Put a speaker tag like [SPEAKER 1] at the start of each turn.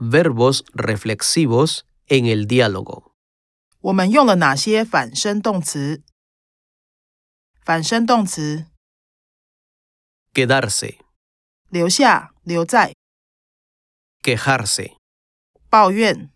[SPEAKER 1] Verbos reflexivos en el diálogo.
[SPEAKER 2] 我们用了哪些反身动词？反身动词：
[SPEAKER 1] Quedarse,
[SPEAKER 2] 留下、留在、
[SPEAKER 1] quejarse,
[SPEAKER 2] 抱怨、